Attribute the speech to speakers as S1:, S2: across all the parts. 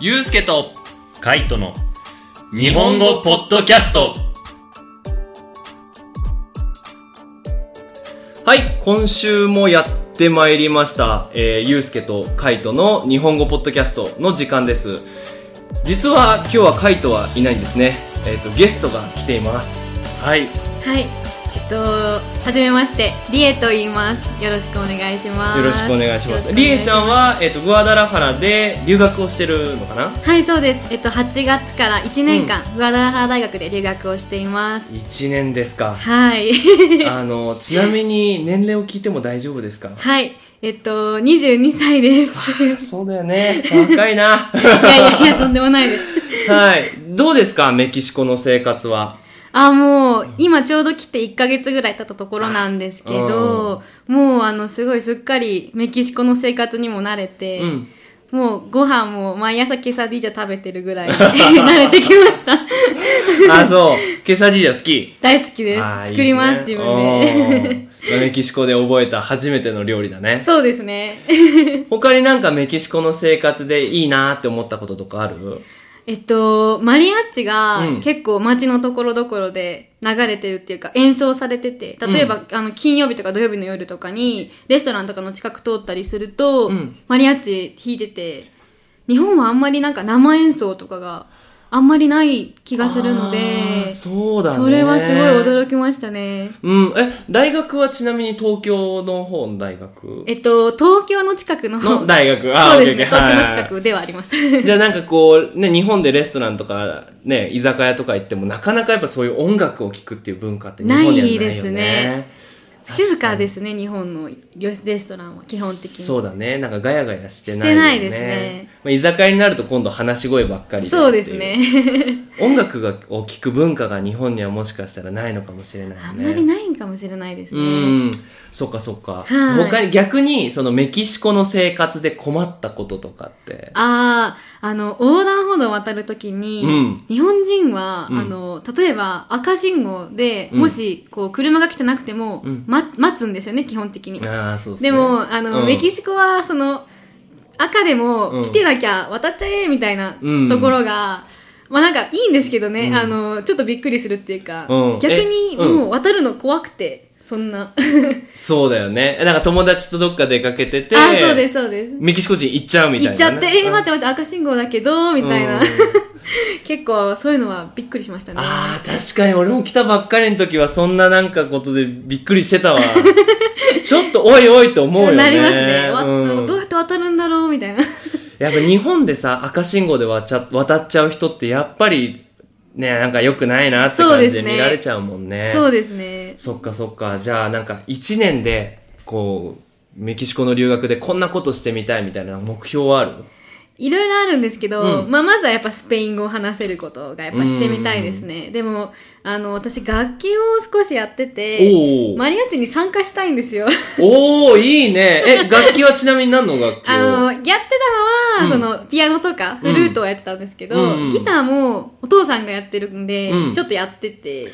S1: ゆうすけと
S2: カイトの日本語ポッドキャスト
S1: はい今週もやってまいりました、えー、ゆうすけとカイトの日本語ポッドキャストの時間です実は今日はカイトはいないんですねえっ、とゲストが来ています
S2: はい
S3: はい。えっと、はじめまして、リエと言います。よろしくお願いします。
S1: よろしくお願いしますりえちゃん
S3: は
S1: は、えっとグアダラハラで留学をしてるのかな
S3: はい、そうです。えっと、8月から1年間、グアダラハラ大学で留学をしています。
S1: 1年ですか
S3: はい。
S1: あのちなみに年齢を聞いても大丈夫 ですか
S3: はい。えっと、22 歳です。
S1: そうだよね若い な
S3: いやいやいや、とんでもないです。
S1: はいどうですかメキシコの生活は
S3: あ、もう、今ちょうど来て1ヶ月ぐらい経ったところなんですけど、もう、あの、すごいすっかりメキシコの生活にも慣れて、
S1: うん
S3: もうご飯も毎朝ケサディジャ食べてるぐらい 慣れてきました。
S1: あ、そう。ケサディーヤ好き。
S3: 大好きです。
S1: あーいい
S3: 作ります、
S1: ね
S3: 自分で。
S1: おーメキシコで覚えた初めての料理だ ね。
S3: そうですね。
S1: 他になんかメキシコの生活でいいなーって思ったこととかある
S3: えっと、マリアッチが
S1: うん
S3: 結構街のところどころで流れてるっていうか演奏されてて、例えば、あの金曜日とか土曜日の夜とかにレストランとかの近く通ったりすると、
S1: うん
S3: マリアッチ弾いてて、日本はあんまりなんか生演奏とかがあんまりない気がするの
S1: あー
S3: で、
S1: そうだね。
S3: それはすごい驚きましたね。
S1: うん。え、大学はちなみに東京の方の大学
S3: えっと、東京の近くの、
S1: の大学。あー、
S3: そうですね、
S1: オッケーオッケー
S3: 東
S1: は
S3: 京の
S1: いはい
S3: 近くではありま す。
S1: じゃあなんかこう、ね、日本でレストランとか、ね、居酒屋とか行っても、なかなかやっぱそういう音楽を聴くっていう文化って日本にはないよね。
S3: ないですね静かですね、日本のレストランは基本的に。
S1: そうだね。なんかガヤガヤしてないよ、ね。
S3: してないですね。
S1: まあ、居酒屋になると今度話し声ばっかりってい
S3: そうですね。。
S1: 音楽がを聴く文化が日本にはもしかしたらないのかもしれないね。
S3: あんまりないんかもしれないです
S1: う
S3: ね。
S1: ん。そっかそっか。
S3: はい
S1: 他に逆にそのメキシコの生活で困ったこととかって。
S3: ああ、あの、横断歩道を渡るときに、
S1: うん
S3: 日本人は、
S1: うん
S3: あの、例えば赤信号で、
S1: うん
S3: もし、こう、車が来てなくても、
S1: うん
S3: ま、待つんですよね、基本的に。
S1: ああ、そうですね。
S3: でも、あの、
S1: うん
S3: メキシコは、その、赤で
S1: う
S3: も
S1: ん、
S3: 来てなきゃ渡っちゃえ、みたいな
S1: うん
S3: ところが、まあなんかいいんですけどね、
S1: うん
S3: あの、ちょっとびっくりするっていうか、
S1: うん
S3: 逆に
S1: えうん
S3: もう渡るの怖くて、そんな。
S1: そうだよね。なんか友達とどっか出かけてて。
S3: あ、そうです、そうです。
S1: メキシコ人行っちゃうみたい
S3: 行
S1: な、
S3: っちゃって、えー、待って
S1: て、
S3: 待って、赤信号だけど、みたい
S1: う
S3: な
S1: ん。
S3: 結構、そういうのはびっくりしましたね。
S1: ああ、確かに俺も来たばっかりの時はそんななんかことでびっくりして たわ。ちょっとおいおいと思うよね。
S3: なりますね。わ
S1: うん
S3: どうやって渡るんだろうみたいな。
S1: やっぱ日本でさ、赤信号で渡っちゃ渡っちゃう人ってやっぱりね、なんか良くないなって
S3: そう
S1: 感
S3: で
S1: じ
S3: す
S1: で
S3: ね
S1: 見られちゃうもんね。
S3: そうですね。
S1: そっかそっか。じゃあなんか1年でこう、メキシコの留学でこんなことしてみたいみたいな目標はある
S3: いろいろあるんですけど、
S1: うん
S3: まあ、まずはやっぱスペイン語を話せることがやっぱしてみたいですね。でも、あの、私楽器を少しやってて、
S1: おー
S3: マリアッチに参加したいんですよ。
S1: おー、いいね。え、楽器はちなみに何の楽器を
S3: あの、やってたのは、
S1: うん
S3: その、ピアノとか、フルートをやってたんですけど、
S1: うん
S3: ギターもお父さんがやってるんで、
S1: うん
S3: ちょっとやってて、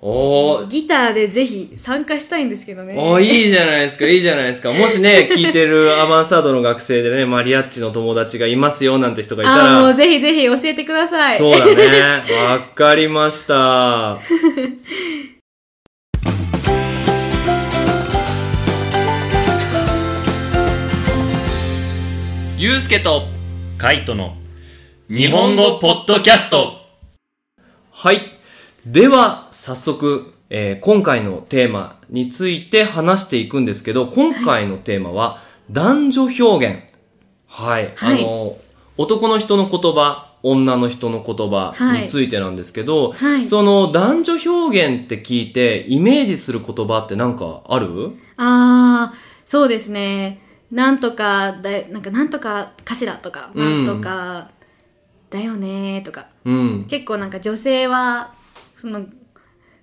S1: おー、
S3: ギターでぜひ参加したいんですけどね。
S1: おいいじゃないですか、いいじゃないですか。もしね、聞いてるアマンサードの学生でね、マリアッチの友達がいますよ、なんて人がいた
S3: あーも
S1: ら
S3: う、ぜひぜひ教えてください。
S1: そうだね。わかりま した。
S2: ゆうすけとカイトの日本語ポッドキャスト
S1: はい。では、早速、えー今回のテーマについて話していくんですけど、今回のテーマは、男女表現。はい。
S3: はい
S1: あの、男の人の言葉、女の人の言葉
S3: はい
S1: についてなんですけど、
S3: はい
S1: その男女表現って聞いて、イメージする言葉ってなんかある
S3: ああ、そうですね。なんとかだよ、なんかなんとかかしらとか、
S1: うん
S3: なんとかだよねーとか。
S1: うん。
S3: 結構なんか女性は、その、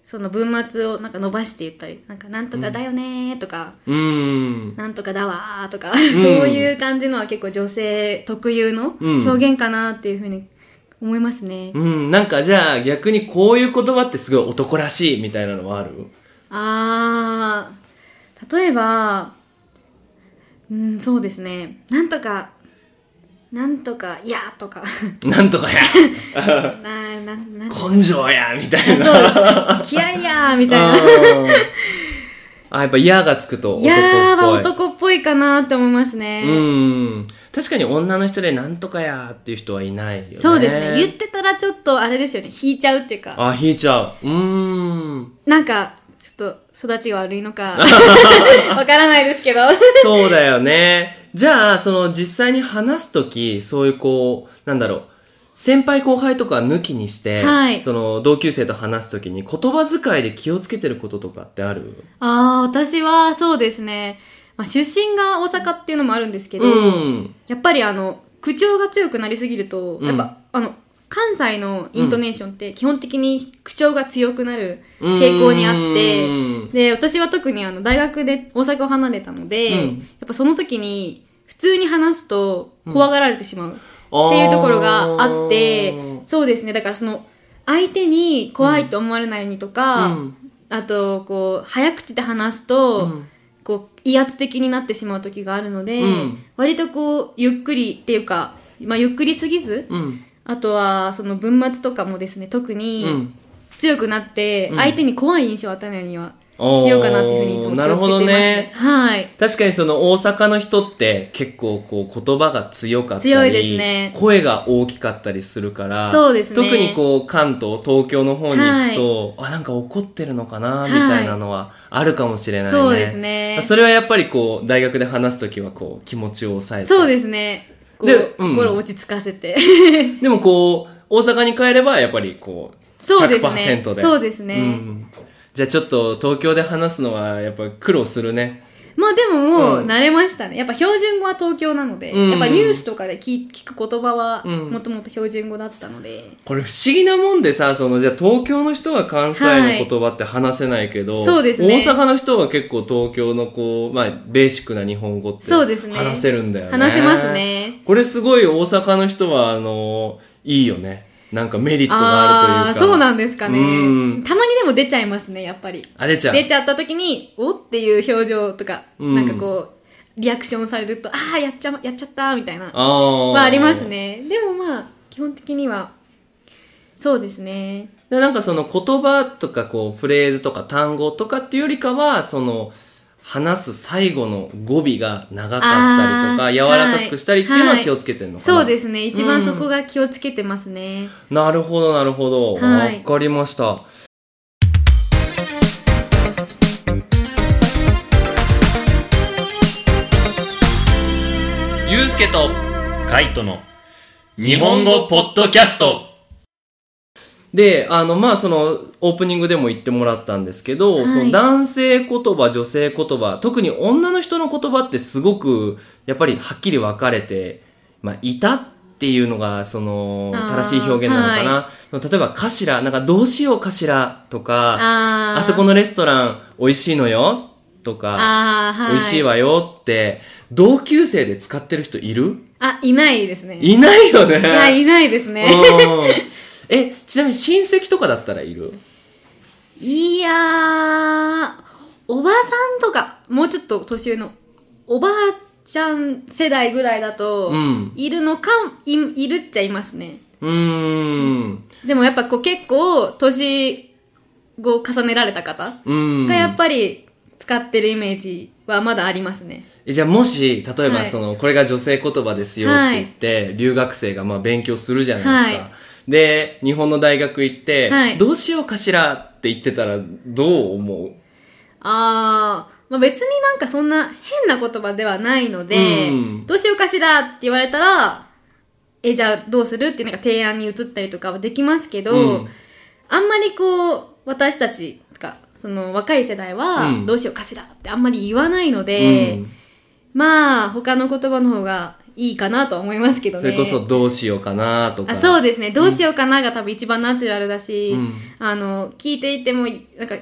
S3: その文末をなんか伸ばして言ったり、なんかなんとかだよねーとか、
S1: うん。
S3: なんとかだわーとか、 そういう感じのは結構女性特有の
S1: うん
S3: 表現かなっていうふうに思いますね。
S1: うん。なんかじゃあ逆にこういう言葉ってすごい男らしいみたいなのはある
S3: あー例えばうんそうですねなんとかなんとか、いやーとか、
S1: なんとか や
S3: なーなんなん
S1: 根性やみたいな。
S3: そうですね。気合いやーみたいな。
S1: うんあ、やっぱ嫌がつくと男っぽい。
S3: いやーは男っぽいかなって思います
S1: う
S3: ね。
S1: ん。確かに女の人でなんとかやっていう人はいないよね。
S3: そうですね。言ってたらちょっとあれですよね。引いちゃうっていうか、
S1: あ、引いちゃう。うーん。
S3: なんか、ちょっと育ちが悪いのか、わからないですけど。
S1: そうだよ ね。じゃあ、その実際に話すとき、そういうこう、なんだろう。先輩後輩とか抜きにして、
S3: はい
S1: その同級生と話すときに言葉遣いで気をつけてることとかってある
S3: ああ、私はそうですね。まあ、出身が大阪っていうのもあるんですけど、
S1: うん。
S3: やっぱりあの、口調が強くなりすぎると、
S1: うん
S3: やっぱ、あの、関西のイントネーションって基本的に口調が強くなる傾向にあって、
S1: うん
S3: で、私は特にあの、大学で大阪を離れたので、
S1: うん
S3: やっぱその時に、普通に話すと怖がられてしまう。
S1: っ
S3: っていうところがあってそうですねだからその相手に怖いと思われないようにとか、
S1: うん
S3: あとこう早口で話すと、
S1: うん
S3: こう威圧的になってしまう時があるので、
S1: うん
S3: 割とこうゆっくりっていうか、まあ、ゆっくりすぎず、
S1: うん。
S3: あとはその文末とかもですね特
S1: う
S3: に
S1: ん。
S3: 強くなって
S1: うん
S3: 相手に怖い印象を与えないようにはしようかなっていうふうにいつ
S1: おー
S3: も気をつけていますね。
S1: なるほどね
S3: はい
S1: 確かにその大阪の人って結構こう言葉が強かったり
S3: 強いですね
S1: 声が大きかったりするから
S3: そうですね
S1: 特にこう関東東京の方に行くと、あなんか怒ってるのかなみたいなのはあるかもしれないね、
S3: そうですね
S1: それはやっぱりこう大学で話す時はこう気持ちを抑えて
S3: そうですねこ
S1: で
S3: う
S1: うん
S3: 心を落ち着かせて
S1: でもこう大阪に帰ればやっぱりこう
S3: そうですね。
S1: 100%で
S3: そうですね。
S1: うんじゃあちょっと東京で話すのはやっぱ苦労するね
S3: まあでもも
S1: う
S3: うん慣れましたね。やっぱ標準語は東京なので、
S1: うん
S3: やっぱニュースとかで聞聞く言葉は
S1: うん
S3: もともと標準語だったので、
S1: これ不思議なもんでさ、そのじゃあ東京の人は関西の言葉って話せないけど、
S3: はいそうですね
S1: 大阪の人は結構東京のこう、まあベーシックな日本語って
S3: そうですね
S1: 話せるんだよね。
S3: 話せます。ね。
S1: これすごい大阪の人はあの、いいよね。なんかメリットがあ
S3: あ
S1: ると
S3: あー、
S1: いうか。
S3: そうなんですかね
S1: うん。
S3: たまにでも出ちゃいますね、やっぱり。
S1: あ、出ちゃう。
S3: 出ちゃった時に、おっていう表情とか、
S1: うん
S3: なんかこう、リアクションされると、ああ、やっちゃ、やっちゃった、みたいな。
S1: あー
S3: はあります。ね。でもまあ、基本的には、そうですね。
S1: でなんかその言葉とかこうフレーズとか単語とかっていうよりかはその話す最後の語尾が長かった
S3: あ
S1: り
S3: ー
S1: とか柔らかくしたりっていうのは
S3: はい
S1: 気をつけてるのかな、
S3: そうですね。一
S1: う
S3: 番
S1: ん
S3: そこが気をつけてますね。
S1: なるほどなるほどわ、
S3: はい
S1: かりましたゆうすけと
S2: カイトの日本語ポッドキャスト
S1: で、あの、まあ、その、オープニングでも言ってもらったんですけど、
S3: はい
S1: その男性言葉、女性言葉、特に女の人の言葉ってすごく、やっぱりはっきり分かれて、まあ、いたっていうのが、その、
S3: あー
S1: 正しい表現なのかな。その例えば、かしら、なんか、どうしようかしらとか、
S3: あ
S1: あそこ
S3: の、
S1: のレストラン、美味しいのよとか、
S3: あーはい。
S1: 美味しい。わよって、同級生で使ってる人いる
S3: あ、いないですね。い
S1: いないよね。
S3: や、いないですね。
S1: うんえ、ちなみに親戚とかだったらいる
S3: いやー、おばさんとか、もうちょっと年上の、おばあちゃん世代ぐらいだと、
S1: うん
S3: いるのかい、いるっちゃいますね。
S1: うーん。
S3: でもやっぱこう結構、年を重ねられた方
S1: うん。
S3: がやっぱり使ってるイメージはまだありますね。
S1: えじゃあもし、例えば
S3: はい
S1: その、これが女性言葉ですよって言って、留学生がまあ勉強するじゃないですか。
S3: は
S1: で、日本の大学行って、
S3: はい
S1: どうしようかしらって言ってたら、どう思う
S3: あー、まあ、別になんかそんな変な言葉ではないので、
S1: うん
S3: どうしようかしらって言われたら、え、じゃあどうするっていうなんか提案に移ったりとかはできますけど、
S1: うん
S3: あんまりこう、私たちとか、その若い世代は
S1: うん、
S3: どうしようかしらってあんまり言わないので、
S1: うん
S3: まあ、他の言葉の方がいいかなとは思いますけどね。
S1: それこそどうしようかなとか。
S3: あそうですねどうしようかなが多分一番ナチュラルだし、
S1: うん
S3: あの聞いていてもなんか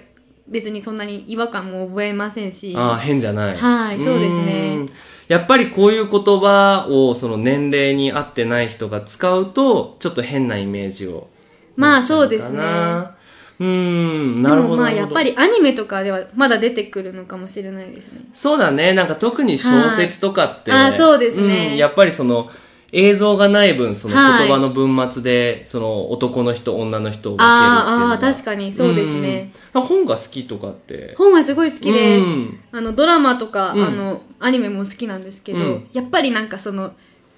S3: 別にそんなに違和感も覚えませんし
S1: ああ、変じゃない。
S3: はいそうですね
S1: ーん。やっぱりこういう言葉をその年齢に合ってない人が使うと、ちょっと変なイメージを。
S3: まあそうですね
S1: 持っちゃうかな。うーん、なるほど。
S3: でもま
S1: な
S3: あ
S1: る
S3: や
S1: ほ
S3: っ
S1: ど
S3: ぱりアニメとかではまだ出てくるのかもしれないですね
S1: そうだね。なんか特に小説とかって。
S3: はいあそうですね
S1: うんやっぱりその、映像がない分、その
S3: はい
S1: 言葉の文末で、その男の人、女の人を分けるっていうの
S3: あー
S1: が
S3: あー確かにそうですね。
S1: うん本が好きとかって。
S3: 本はすごい好きです、
S1: うん
S3: あのドラマとか、
S1: うん
S3: あのアニメも好きなんですけど、
S1: うん
S3: やっぱりなんかその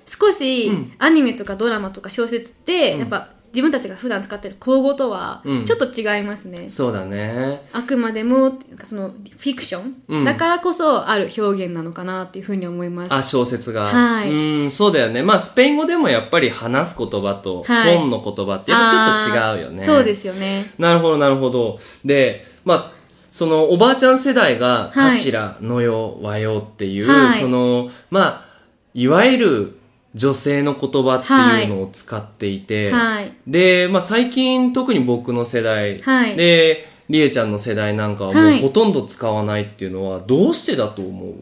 S3: 少し
S1: うん
S3: アニメとかドラマとか小説って、
S1: うん
S3: やっぱ自分たちが普段使ってる口語とは
S1: うん
S3: ちょっと違いますね、
S1: そうだね。
S3: あくまでもなんかそのフィクション、
S1: うん
S3: だからこそある表現なのかなっていうふうに思います
S1: あ、小説が。
S3: はい
S1: うん、そうだよね。まあ、スペイン語でもやっぱり話す言葉と
S3: はい
S1: 本の言葉ってやっぱちょっと違うよね。
S3: あーそうですよね
S1: なるほど、なるほど。で、まあ、そのおばあちゃん世代が、
S3: はい
S1: 頭、のよ、和よっていう、
S3: はい
S1: その、まあ、いわゆる女性の言葉っていうのを使っていて、
S3: はい
S1: で、まあ最近特に僕の世代、
S3: はい
S1: で、りえちゃんの世代なんかは
S3: は
S1: もう
S3: い
S1: ほとんど使わないっていうのはどうしてだと思う、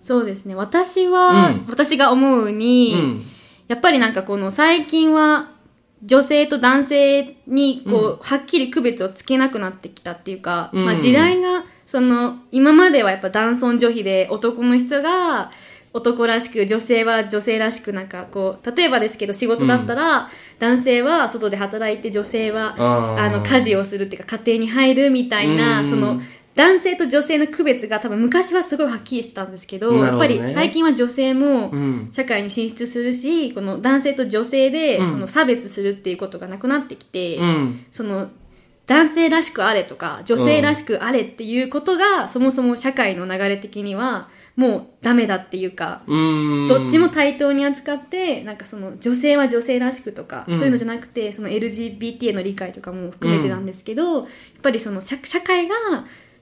S3: そうですね私は、
S1: うん
S3: 私が思うに、
S1: うん。
S3: やっぱりなんかこの最近は女性と男性にこう、はっきり区別をつけなくなってきたっていうか、
S1: うん
S3: まあ、時代がその今まではやっぱ男尊女卑で男の人が男らしく女性は女性らしくなんかこう例えばですけど仕事だったら、男性は外で働いて女性は
S1: あー
S3: あの家事をするっていうか家庭に入るみたいな、
S1: うん
S3: その男性と女性の区別が多分昔はすごいはっきりしてたんですけど
S1: なるほ
S3: やっ
S1: ど
S3: ぱ
S1: ね
S3: り最近は女性も、
S1: うん。
S3: 社会に進出するしこの男性と女性で
S1: うん
S3: その差別するっていうことがなくなってきて、
S1: うん。
S3: その男性らしくあれとか女性らしくあれっていうことが、そもそも社会の流れ的にはもうダメだっていうか、
S1: うん。
S3: どっちも対等に扱ってなんかその女性は女性らしくとか、
S1: うん
S3: そういうのじゃなくてその LGBT への理解とかも含めてなんですけど、やっぱりその社社会が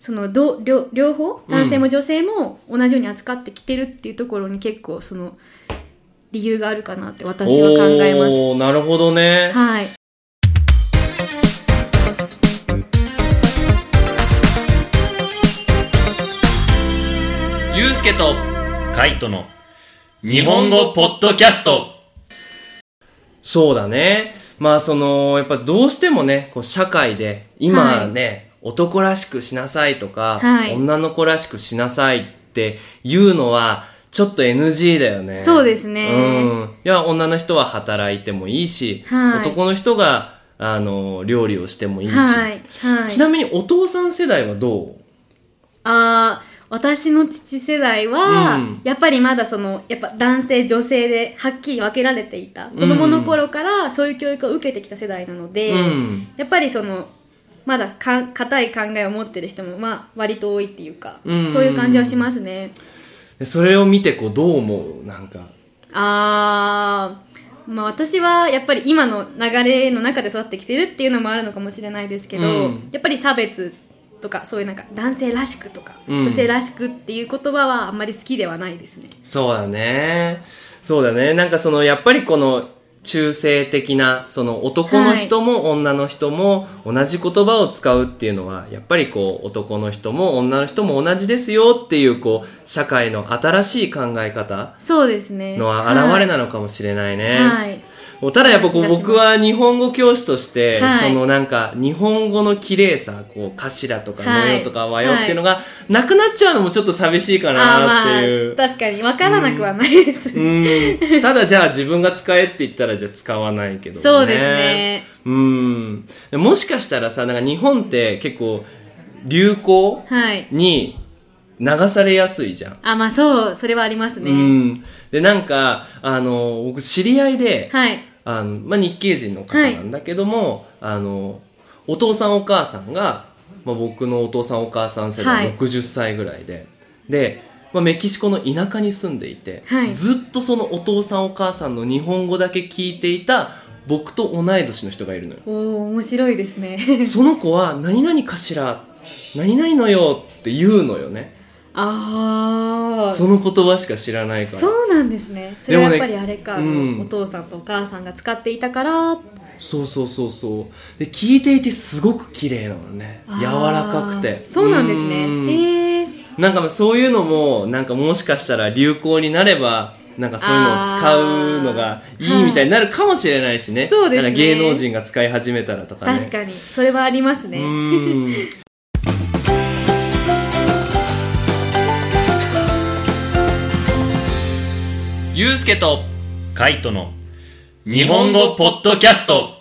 S3: そのどう両両方男性も女性も同じように扱ってきてるっていうところに結構その理由があるかなって私は考えます。
S1: おーなるほどね。
S3: はい、
S1: ゆうすけと
S2: カイトの日本語ポッドキャスト
S1: そうだね。まあその、やっぱどうしてもね、こう社会で、今ね、男らしくしなさいとか、
S3: はい
S1: 女の子らしくしなさいっていうのは、ちょっと NG だよね。
S3: そうですね
S1: うん。いや、女の人は働いてもいいし、
S3: はい
S1: 男の人が、あの、料理をしてもいいし。
S3: はい、はい、
S1: ちなみにお父さん世代はど
S3: あー私の父世代は、
S1: うん
S3: やっぱりまだそのやっぱ男性女性ではっきり分けられていた子供の頃からそういう教育を受けてきた世代なの
S1: う、
S3: で、
S1: うん。
S3: やっぱりそのまだか固い考えを持ってる人もまあ割と多いっていうか、
S1: うん
S3: そういう感じはしますね。
S1: でそれを見て、こう、どう思うなんか。
S3: あーまあ私はやっぱり今の流れの中で育ってきてるっていうのもあるのかもしれないですけど、
S1: うん
S3: やっぱり差別とかそういうなんか男性らしくとか、
S1: うん
S3: 女性らしくっていう言葉はあんまり好きではないですね。
S1: そうだね。そうだね。なんかその、やっぱりこの、中性的な、その男の人も女の人も同じ言葉を使うっていうのは、やっぱりこう、男の人も女の人も同じですよっていう、こう、社会の新しい考え方
S3: そうですね。
S1: の表れなのかもしれないね。
S3: はい。
S1: もうただやっぱこう
S3: 気がします
S1: 僕は日本語教師として、
S3: は
S1: そ
S3: い
S1: のなんか日本語の綺麗さ、こう頭とか
S3: はい
S1: 模様とか和様っていうのがなくなっちゃうのもちょっと寂しいか
S3: あ
S1: なっていう。
S3: ーまあ確かに分からなくはないです。
S1: うんただじゃあ自分が使えって言ったらじゃあ使わないけどね。
S3: そうですね。
S1: うん。でもしかしたらさ、なんか日本って結構流行
S3: はい。
S1: に流されやすいじゃん。
S3: あまあそうそれはありますね。
S1: うん。で、なんか、あの、僕知り合いで、
S3: はい
S1: あの、まあ、日系人の方なんだけども、あの、お父さんお母さんが、まあ、僕のお父さんお母さん世
S3: は
S1: 代
S3: い
S1: 60歳ぐらいで、で、まあ、メキシコの田舎に住んでいて、
S3: はい
S1: ずっとそのお父さんお母さんの日本語だけ聞いていた僕と同い年の人がいるのよ。
S3: おお面白いですね。
S1: その子は、何々かしら、何々のよって言うのよね。
S3: ああ。
S1: その言葉しか知らないから。
S3: そうなんですねそれはやっぱりあれか、
S1: でもねうん
S3: お父さんとお母さんが使っていたから
S1: そうそうそうそうで聞いていてすごく綺麗なのね柔らかくて
S3: あーそうなんですね
S1: うん
S3: へえ
S1: なんかそういうのもなんかもしかしたら流行になればなんかそういうのを使うのがいいみたいになるかもしれないしね、
S3: はいそうです
S1: な
S3: ね
S1: んか芸能人が使い始めたらとかね
S3: 確かにそれはあります
S1: う
S3: ね
S1: んゆうすけと
S2: カイトの日本語ポッドキャスト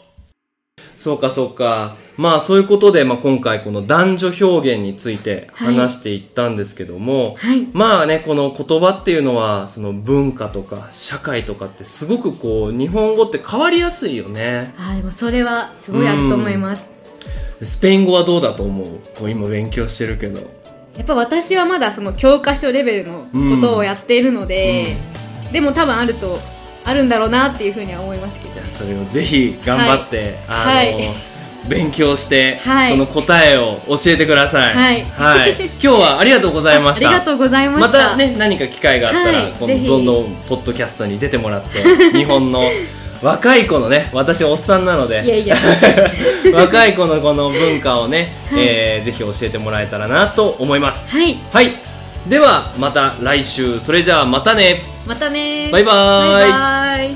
S1: そうかそうか。まあそういうことで、まあ、今回この男女表現について
S3: はい
S1: 話していったんですけども、
S3: はい
S1: まあね、この言葉っていうのはその文化とか社会とかってすごくこう日本語って変わりやすいよね。
S3: あーでもそれはすごいあると思います
S1: スペイン語はどうだと思うこう今勉強してるけど。
S3: やっぱ私はまだその教科書レベルのことをやっているので、でも多分あるとあるんだろうなっていうふうには思いますけ
S1: い
S3: ど
S1: やそれをぜひ頑張って、
S3: はい
S1: あの、
S3: はい
S1: 勉強して、
S3: はい
S1: その答えを教えてください。
S3: はい
S1: はい今日はありがとうございま
S3: あ
S1: し
S3: り
S1: た。
S3: がとうございました
S1: またね何か機会があったら、
S3: はい
S1: こ
S3: ぜ
S1: の
S3: ひ
S1: どんどんポッドキャストに出てもら って日本の若い子のね私おっさんなの
S3: いや
S1: で
S3: いや
S1: 若い子のこの文化をね、
S3: はい
S1: えーぜひ教えてもらえたらなと思います
S3: はい
S1: はいではまた来週それじゃあまたね
S3: またね
S1: バイバーイ
S3: バイバイ